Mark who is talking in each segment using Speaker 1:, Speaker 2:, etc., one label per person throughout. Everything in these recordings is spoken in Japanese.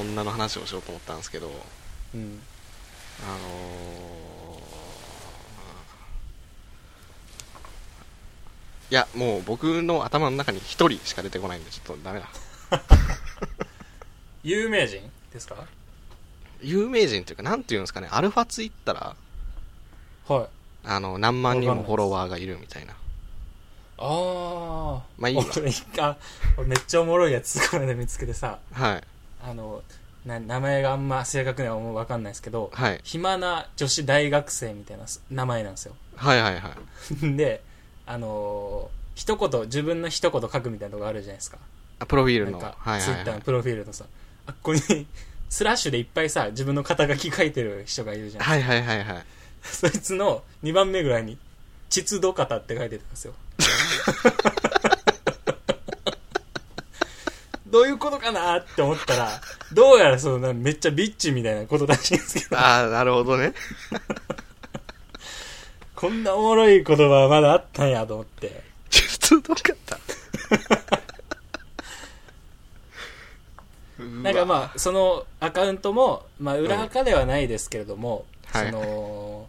Speaker 1: 女の話をしようと思ったんですけど、
Speaker 2: うん
Speaker 1: あのーいや、もう僕の頭の中に一人しか出てこないんで、ちょっとダメだ。
Speaker 3: 有名人ですか
Speaker 1: 有名人というか、なんていうんですかね、アルファツイッター、
Speaker 3: はい。
Speaker 1: あの、何万人もフォロワーがいるみたいな。
Speaker 3: ああ。
Speaker 1: まあいいわ
Speaker 3: 俺一回、俺めっちゃおもろいやつ、この間見つけてさ、
Speaker 1: はい。
Speaker 3: あの、な名前があんま正確にはもうわかんないですけど、
Speaker 1: はい。
Speaker 3: 暇な女子大学生みたいなす名前なんですよ。
Speaker 1: はいはいはい。
Speaker 3: で、あのー一言、自分の一言書くみたいなとこあるじゃないですか。
Speaker 1: あプロフィール
Speaker 3: なん
Speaker 1: の。
Speaker 3: か
Speaker 1: はい、
Speaker 3: ツイ
Speaker 1: は
Speaker 3: ッ
Speaker 1: いは
Speaker 3: ターの
Speaker 1: い。
Speaker 3: プロフィールのさ、あっこに、スラッシュでいっぱいさ、自分の肩書き書いてる人がいるじゃん。
Speaker 1: はいはいはいはい。
Speaker 3: そいつの2番目ぐらいに、秩度方って書いてたんですよ。 どういうことかなって思ったら、どうやらそのめっちゃビッチみたいなことらしいんですけど、
Speaker 1: ああ、なるほどね。
Speaker 3: こんなおもろい言葉まだあったんやと思って。
Speaker 1: ちょっとどうかった。
Speaker 3: なんかまあ、そのアカウントも、まあ、裏垢ではないですけれども、
Speaker 1: うんはい
Speaker 3: その、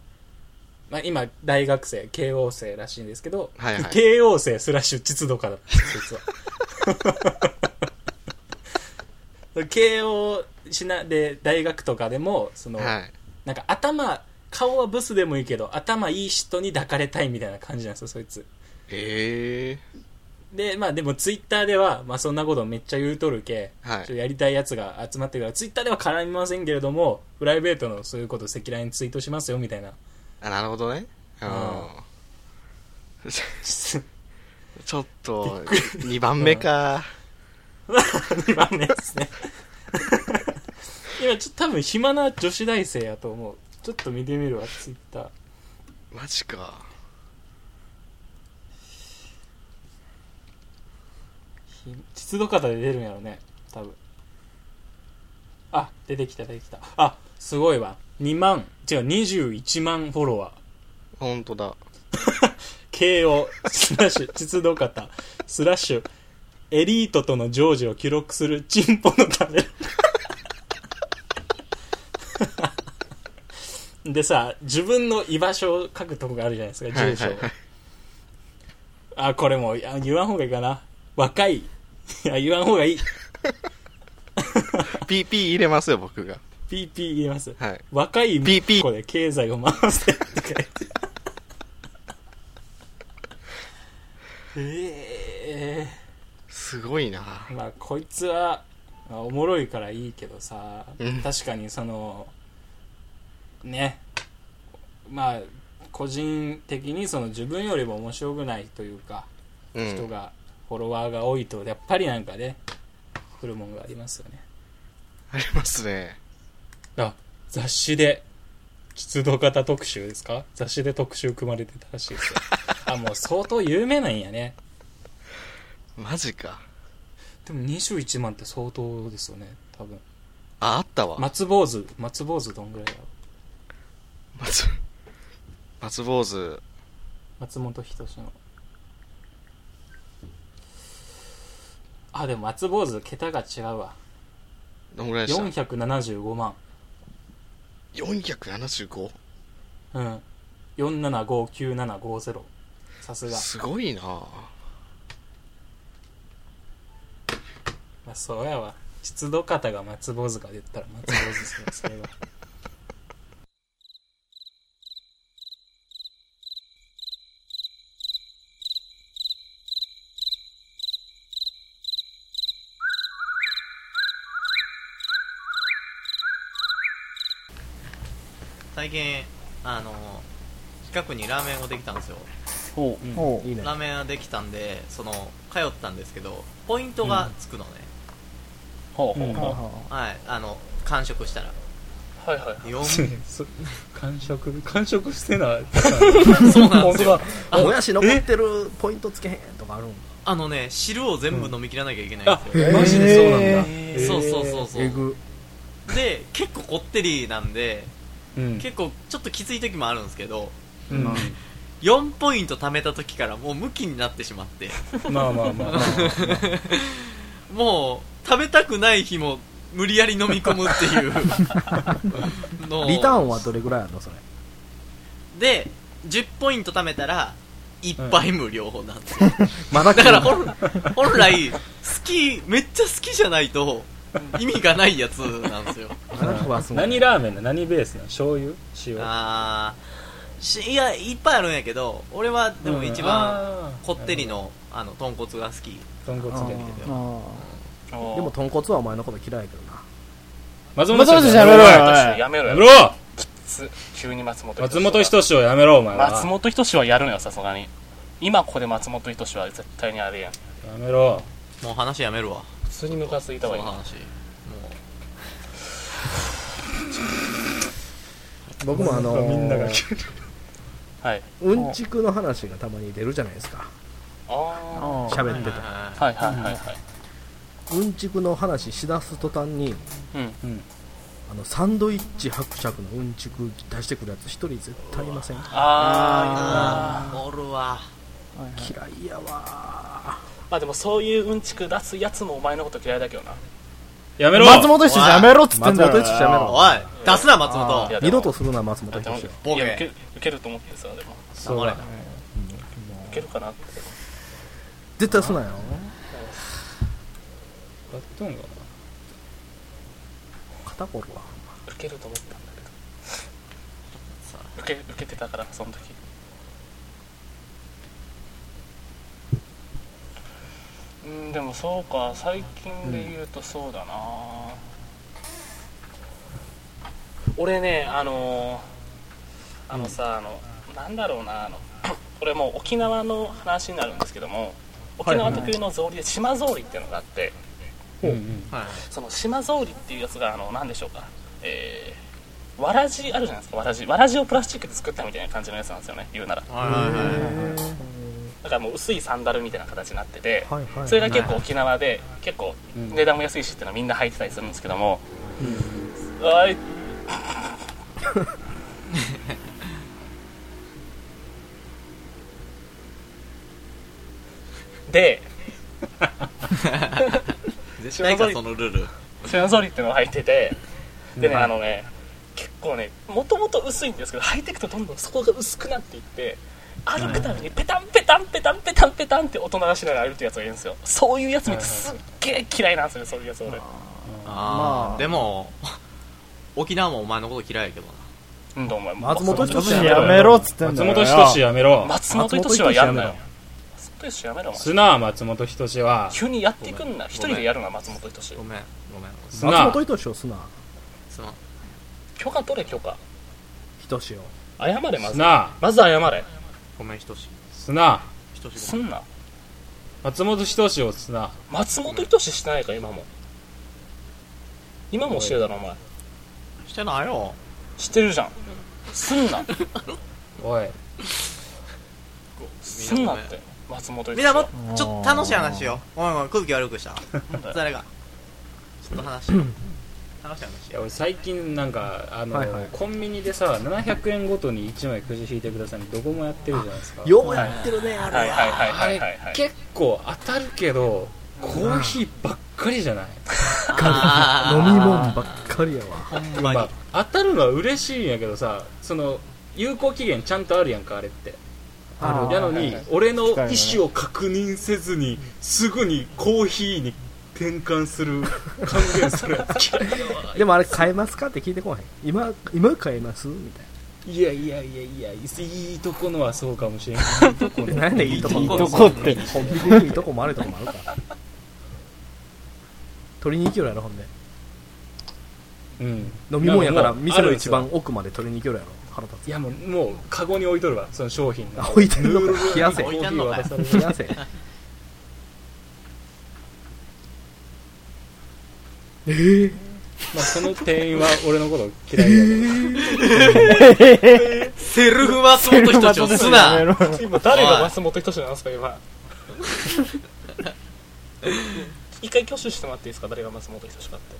Speaker 3: まあ、今、大学生、慶応生らしいんですけど、
Speaker 1: はい はい
Speaker 3: 慶応生スラッシュ秩度家だったんです、 そいつは。慶応しな、で、大学とかでも、その、
Speaker 1: はい。
Speaker 3: なんか頭、顔はブスでもいいけど、頭いい人に抱かれたいみたいな感じなんですよ、そいつ。
Speaker 1: ええ
Speaker 3: で、まあでもツイッターでは、まあそんなことめっちゃ言うとるけ、
Speaker 1: はい
Speaker 3: ちょっとやりたいやつが集まってるから、ツイッターでは絡みませんけれども、プライベートのそういうこと赤裸々にツイートしますよ、みた いな。
Speaker 1: あ、なるほどね。うん
Speaker 3: あ。
Speaker 1: ちょっと、2番目か。
Speaker 3: 2番目ですね。今ちょっと多分暇な女子大生やと思う。ちょっと見てみるわ、ツイッター。
Speaker 1: マジか。
Speaker 3: ひ湿度方で出るんやろね、多分。あ、出てきた出てきた。あ、すごいわ。2万、違う、21万フォロワー。
Speaker 1: ほんとだ。
Speaker 3: 慶応、スラッシュ、実動方、スラッシュ、エリートとの常時を記録するチンポのため。 でさ、自分の居場所を書くとこがあるじゃないですか、住所を。
Speaker 1: はいはいはい
Speaker 3: あ、これもういや言わん方がいいかな。若い。いや、言わん方がいい。
Speaker 1: PP 入れますよ、僕が。
Speaker 3: PP 言います。
Speaker 1: はい。
Speaker 3: 若い
Speaker 1: PP
Speaker 3: 子で経済を回 せって書いてえ
Speaker 1: すごいな
Speaker 3: え。まあこいつは、まあおもろいからいいけどさ、
Speaker 1: うん
Speaker 3: 確かにそのねまあ個人的にその自分よりも面白くないというか、
Speaker 1: うん。
Speaker 3: 人がフォロワーが多いとやっぱりなんかね来るもんがありますよね
Speaker 1: ありますね。
Speaker 3: あ、雑誌で、出動型特集ですか雑誌で特集組まれてたらしいですよ。 あ、もう相当有名なんやね。
Speaker 1: マジか。
Speaker 3: でも21万って相当ですよね、多分。
Speaker 1: あ、あったわ。
Speaker 3: 松坊主、松坊主どんぐらいだろう
Speaker 1: 松、松坊主。
Speaker 3: 松本人志の。あ、でも松坊主、桁が違うわ。
Speaker 1: どんぐらいでした
Speaker 3: 475万。
Speaker 1: 475?
Speaker 3: うん。4759750。さすが。
Speaker 1: すごいな
Speaker 3: まあ、そうやわ。出動方が松坊主かで言ったら松坊主ですね、それは。
Speaker 4: 最近あの近くにラーメンをできたんですよ
Speaker 2: おう
Speaker 3: うん
Speaker 2: おう
Speaker 3: いいね
Speaker 4: ラーメンができたんでその通ったんですけどポイントがつくのね、
Speaker 2: ほ
Speaker 3: うほうほう
Speaker 4: はいあの完食したら
Speaker 2: は いはい
Speaker 4: 4
Speaker 3: 完食完食してない
Speaker 4: そうなんですよ
Speaker 2: あ
Speaker 4: あ
Speaker 2: もやし残ってるポイントつけへんとかあるんだ
Speaker 4: あのね汁を全部飲み切らなきゃいけないんです よ、
Speaker 3: マジでそうなんだ
Speaker 2: え
Speaker 4: ーそうそうそうそう
Speaker 2: えぐ
Speaker 4: で結構こってりなんで
Speaker 3: うん
Speaker 4: 結構ちょっときつい時もあるんですけど
Speaker 3: うん
Speaker 4: 4ポイント貯めた時からもうムキになってしまって
Speaker 3: まあまあまあまあ
Speaker 4: もう食べたくない日も無理やり飲み込むっていうのを
Speaker 2: リターンはどれぐらいあるのそれ
Speaker 4: で10ポイント貯めたら1杯無料なんですよ、
Speaker 2: まだ
Speaker 4: だ
Speaker 2: 来
Speaker 4: から
Speaker 2: る
Speaker 4: 本本来好きめっちゃ好きじゃないと意味がないやつなんですよ
Speaker 2: まだ来はすごい
Speaker 3: 何ラーメンの何ベースなの醤油塩
Speaker 4: あーしいやいっぱいあるんやけど俺はでも一番こってり
Speaker 3: の
Speaker 4: のあの豚骨が好き
Speaker 3: 豚骨で
Speaker 2: あーあーでも豚骨はお前のこと嫌いやけどな
Speaker 3: 松
Speaker 5: 松本
Speaker 3: 人志
Speaker 5: 人志やめろよおい
Speaker 6: やめろ
Speaker 3: や
Speaker 6: よ
Speaker 3: めろ
Speaker 6: 急に松本人志
Speaker 3: 松本人志をやめろお前は
Speaker 6: 松本人志はやるのよさすがに今ここで松本人志は絶対にあれやん
Speaker 3: やめろ
Speaker 4: もう話やめるわ
Speaker 6: 普通にムカついた
Speaker 4: そ
Speaker 6: わ
Speaker 4: の
Speaker 6: 今
Speaker 4: 話もう
Speaker 2: 僕もあのー
Speaker 3: みんなが
Speaker 6: はい
Speaker 2: うんちくの話がたまに出るじゃないですか
Speaker 6: あ
Speaker 2: 喋ってた
Speaker 4: は
Speaker 6: あはいはいはいはい
Speaker 2: うんちくの話しだす途端に
Speaker 6: うん
Speaker 2: あのサンドイッチ伯爵のうんちく出してくるやつ一人絶対いません
Speaker 6: ああ
Speaker 4: いはいおるわ
Speaker 2: 嫌いやわ
Speaker 6: まあでもそういううんちく出すやつもお前のこと嫌いだけどな
Speaker 3: やめろ
Speaker 5: 松本人志やめろっつってんだよな
Speaker 2: 松本人志やめろ
Speaker 4: おい出すな松本
Speaker 6: いやでも
Speaker 2: 二度とするな松
Speaker 6: いや
Speaker 2: 本
Speaker 6: で
Speaker 2: 人
Speaker 6: もい
Speaker 2: 志を
Speaker 4: ボケ
Speaker 6: や受け受けると思ってさでも
Speaker 3: そうだね
Speaker 6: 受けるかなって
Speaker 2: 絶対すなよ
Speaker 3: やっとんか
Speaker 2: 肩こるわ
Speaker 6: 受けると思ったんだけど受け受けてたからその時うんでもそうか最近で言うとそうだな、俺ねあのーあのさ、あのなんだろうなあの 俺もう沖縄の話になるんですけども沖縄特有の草履で島草履っていうのがあって、
Speaker 3: なうん
Speaker 4: はい
Speaker 6: その島草履っていうやつがあの何でしょうかえーわらじあるじゃないですかわらじわらじをプラスチックで作ったみたいな感じのやつなんですよね言うなら
Speaker 4: は
Speaker 6: だからもう薄いサンダルみたいな形になってて
Speaker 2: はいはい
Speaker 6: それが結構沖縄で結構値段も安いしっていうのはみんな履いてたりするんですけども あいで
Speaker 4: い絶対かそのルール
Speaker 6: セナゾリっていうのを履いててでね、あのね結構ねもともと薄いんですけど履いていくとどんどんそこが薄くなっていって歩くたびにペタンペタンペタンペタンペタンって音流しながら歩いてるやつがいるんですよそういうやつ見てすっげえ嫌いなんですよねそういうやつ
Speaker 4: あ
Speaker 6: 俺
Speaker 5: ま
Speaker 4: あ
Speaker 5: あ
Speaker 4: でも沖縄もお前のこと嫌いやけどな
Speaker 6: うんどうも
Speaker 2: 松本人
Speaker 5: 松本
Speaker 2: 志
Speaker 5: 人志やめろっつってんだよ
Speaker 3: 松
Speaker 5: な
Speaker 3: 本人志やめろ
Speaker 6: 松本人志はやんなよ
Speaker 2: 松
Speaker 6: 松本人志やめろお前
Speaker 3: すな松本人志は
Speaker 6: 急にやっていくんな一人でやるな松本人志
Speaker 4: ごめんごめん
Speaker 3: す
Speaker 2: 松
Speaker 3: な
Speaker 2: 本人志をすな
Speaker 4: すまん
Speaker 6: 許可取れ許可
Speaker 2: 人志を
Speaker 6: 謝れますず
Speaker 3: な
Speaker 6: まず謝れ
Speaker 4: ごめんひとし
Speaker 3: すな
Speaker 4: ひとし
Speaker 6: すんな
Speaker 3: 松本人志をすな
Speaker 6: 松本人志してないか今も今もしてるだろお前
Speaker 4: してないよ
Speaker 6: 知ってるじゃんすんな
Speaker 3: おい
Speaker 6: すんなって松本
Speaker 4: み
Speaker 6: 人
Speaker 4: んな
Speaker 6: 志
Speaker 4: もちょっと楽しい話しようごめんごめん空気悪く した
Speaker 6: なんだよ
Speaker 4: 誰がちょっと話しよう楽しい話し
Speaker 3: いや
Speaker 4: よう
Speaker 3: 俺最近なんかあの、
Speaker 2: はいはい
Speaker 3: コンビニでさ700円ごとに1枚くじ引いてくださいにどこもやってるじゃないですか
Speaker 2: ようやってるねあれ
Speaker 6: はいはいはい
Speaker 3: あ
Speaker 6: はい
Speaker 3: れ
Speaker 6: はいはい
Speaker 3: 結構当たるけどコーヒーばっかりじゃない、
Speaker 4: あ
Speaker 2: 飲
Speaker 4: ー
Speaker 2: み物ばっかりやわ
Speaker 4: ほん
Speaker 3: ま
Speaker 4: まに
Speaker 3: あ、当たるのは嬉しいんやけどさその有効期限ちゃんとあるやんかあれって
Speaker 2: あ
Speaker 5: ー
Speaker 3: なの
Speaker 5: はいはい
Speaker 3: に
Speaker 5: はい
Speaker 3: 俺の意思を確認せずにすぐにコーヒーに転換す る還元するやつ
Speaker 2: でもあれ買えますかって聞いてこへん今今買えますみたい
Speaker 3: いやいやいやいやいいとこのはそうかもしれんけどいいとこの
Speaker 2: な何でいいとこ
Speaker 5: いいとこって
Speaker 2: コンビニでいいとこもあるとこもあるから取りに行きよるやろほんで
Speaker 3: うん
Speaker 2: 飲み物やから
Speaker 3: なんもう
Speaker 2: 店
Speaker 3: あ
Speaker 2: の
Speaker 3: るんです
Speaker 2: 一
Speaker 3: よ
Speaker 2: 番奥まで取りに行きよるやろ腹立つ
Speaker 3: いやもうもうカゴに置いとるわその商品
Speaker 2: あ置いてんのか
Speaker 3: ヌードル
Speaker 2: 冷やせ
Speaker 3: コーヒーを渡される
Speaker 2: 冷やせ
Speaker 3: まあその店員は俺のこと嫌いだ
Speaker 4: セルフ松本人志をすな
Speaker 5: やめろよ
Speaker 6: 今誰が松本人志なんですか今一回挙手してもらっていいですか誰が松本人志かって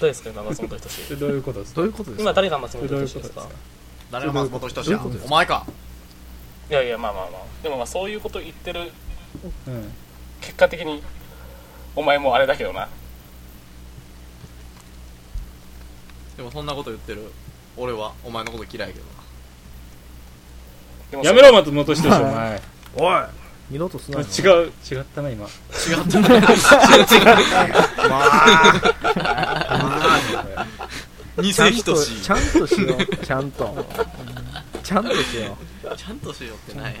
Speaker 6: 誰ですか今松本
Speaker 3: け
Speaker 6: 人
Speaker 3: ど
Speaker 6: 志
Speaker 3: どういうことですか
Speaker 2: どういうことです
Speaker 6: 今
Speaker 2: か
Speaker 6: 誰が松本人志ですか
Speaker 3: どういうことですか
Speaker 4: 誰が松本人志や
Speaker 2: どういうことです
Speaker 4: お前か
Speaker 6: いやいやまあまあまあでもまあそういうこと言ってる
Speaker 3: うん
Speaker 6: 結果的にお前もあれだけどな
Speaker 4: でもそんなこと言ってる俺はお前のこと嫌いやけど
Speaker 6: でも
Speaker 3: やめろ、松本人志、お前。
Speaker 2: おい二度とすなよ
Speaker 3: 違う、違ったな、今。
Speaker 4: な違ったね偽
Speaker 2: ちゃんと
Speaker 4: 等しい
Speaker 2: ちゃんとしようちゃんとうんちゃんとしよ
Speaker 4: ちゃんとしようってなんやねん
Speaker 2: ち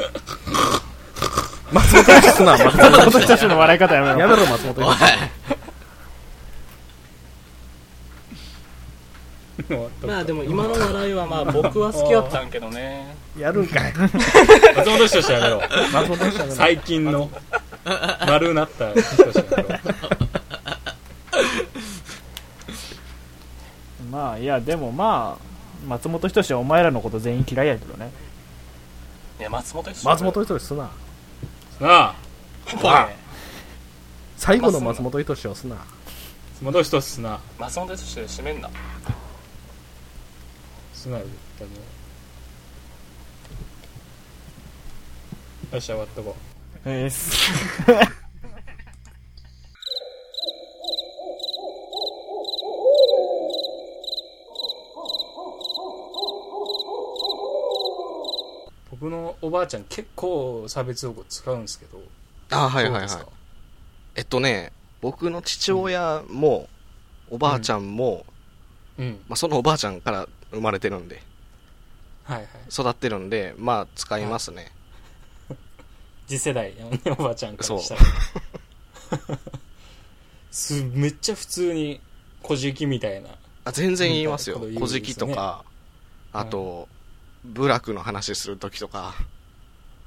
Speaker 2: ゃんとう松本人志すな松本
Speaker 5: 松本人志の笑い方やめろ。
Speaker 2: やめろ松本
Speaker 4: おい
Speaker 2: 人志
Speaker 3: 終わった
Speaker 6: まあでも今の笑いはまあ僕は好きや ったんけどね。
Speaker 2: やるんかい
Speaker 3: 松本人志やめろ。
Speaker 2: 松本人志やめろ
Speaker 3: 最近の、丸なった人志やめろ。
Speaker 5: まあ、いや、でもまあ、松本人志はお前らのこと全員嫌いやけどね。
Speaker 6: いや、松本ですよ
Speaker 2: 松本人志すな
Speaker 3: なあ、
Speaker 6: バン
Speaker 2: 最後の松本人志をすな
Speaker 3: 松本人志すな。
Speaker 6: 松本ですよ、閉めんな。
Speaker 3: すなよ、絶対によし、終わっとこう。
Speaker 5: えー、
Speaker 3: 僕のおばあちゃん結構差別用語使うんですけど。
Speaker 1: あーはいはい
Speaker 3: どう
Speaker 1: は
Speaker 3: で
Speaker 1: い
Speaker 3: すか
Speaker 1: えっとね僕の父親も、おばあちゃんも、
Speaker 3: うん。
Speaker 1: まあ、そのおばあちゃんから生まれてるんで
Speaker 3: はいはい。
Speaker 1: 育ってるんでまあ使いますね、
Speaker 3: 次世代 のね、おばあちゃんからしたら。 すめっちゃ普通に、小じきみたいな。
Speaker 1: あ全然言いますよ
Speaker 3: うん
Speaker 1: 「小じき」とかあと、部落の話するときとか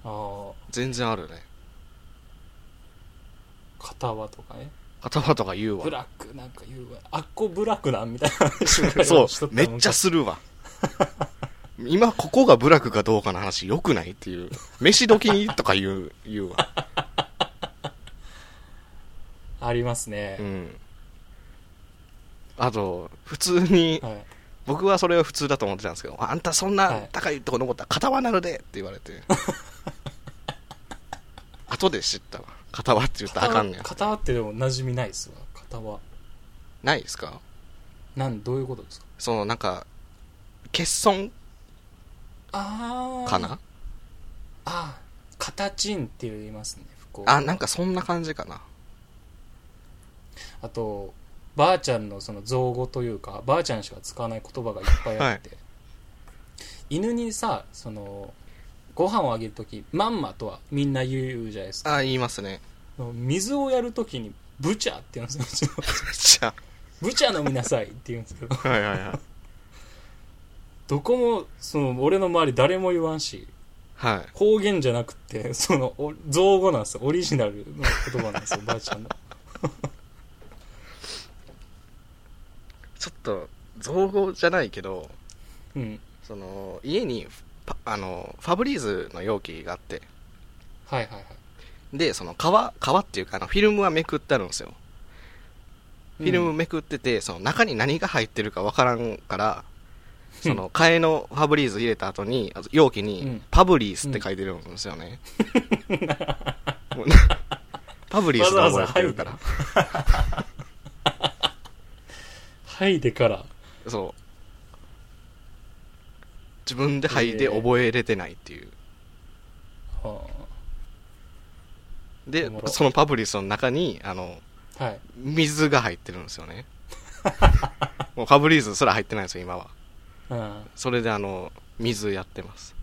Speaker 3: ああ、
Speaker 1: 全然あるね
Speaker 3: 片輪とかね。
Speaker 1: 言葉とか言う
Speaker 3: ブ
Speaker 1: わ
Speaker 3: ラックなんか言うわ。あっこブラックなんみたい な話ぐらい
Speaker 1: そ
Speaker 3: しと
Speaker 1: う
Speaker 3: たも
Speaker 1: め
Speaker 3: ん
Speaker 1: っちゃするわ今ここが部落かどうかの話よくないっていう飯時とか言う言うわ
Speaker 3: ありますね
Speaker 1: う。んあと普通に
Speaker 3: はい。
Speaker 1: 僕はそれは普通だと思ってたんですけど、あんたそん
Speaker 3: は
Speaker 1: ない高いとこ登ったら片輪なるでって言われ て。後で知ったわ。片輪って言ったらあかんねん。
Speaker 3: 片輪ってでも馴染みないですわ。片輪。
Speaker 1: ないですか
Speaker 3: なん、どういうことですか
Speaker 1: そのなんか、欠損
Speaker 3: ああ。
Speaker 1: かな
Speaker 3: ああ。形んって言いますね、福岡。
Speaker 1: あ、なんかそんな感じかな。
Speaker 3: あと、ばあちゃんのその造語というか、ばあちゃんしか使わない言葉がいっぱいあって、犬にさ、その、ご飯をあげるとき、まんまとはみんな言うじゃないですか。
Speaker 1: あ、言いますね。
Speaker 3: の水をやるときに、ブチャって言うんですよ。う ちの
Speaker 1: じゃ
Speaker 3: ブチャ飲みなさいって言うんですけど、
Speaker 1: あ。はいはいはい。
Speaker 3: どこも、その、俺の周り誰も言わんし、
Speaker 1: はい。
Speaker 3: 方言じゃなくて、その、お造語なんですよ。オリジナルの言葉なんですよ、ばあちゃんの。
Speaker 1: ちょっと、造語じゃないけど、
Speaker 3: うん。
Speaker 1: その、家に、パあの、ファブリーズの容器があって、
Speaker 3: はいはいはい。
Speaker 1: で、その皮、皮っていうか、あの、フィルムはめくってあるんですよ。フィルムめくってて、その中に何が入ってるかわからんから、その、替えのファブリーズ入れた後に、あと容器
Speaker 3: う
Speaker 1: に
Speaker 3: ん、
Speaker 1: パブリーズって書いてるんですよね。もう パブリーズが覚えてるから。
Speaker 3: はいでから、
Speaker 1: そう。自分で剥いで覚えれてないっていう。
Speaker 3: は
Speaker 1: で
Speaker 3: おも、ろ
Speaker 1: そのパブリーズの中に、あの、
Speaker 3: あはい。
Speaker 1: 水が入ってるんですよ ね。もうファブリーズすら入ってないんですよ、今は。
Speaker 3: うん。
Speaker 1: それであの、水やってます。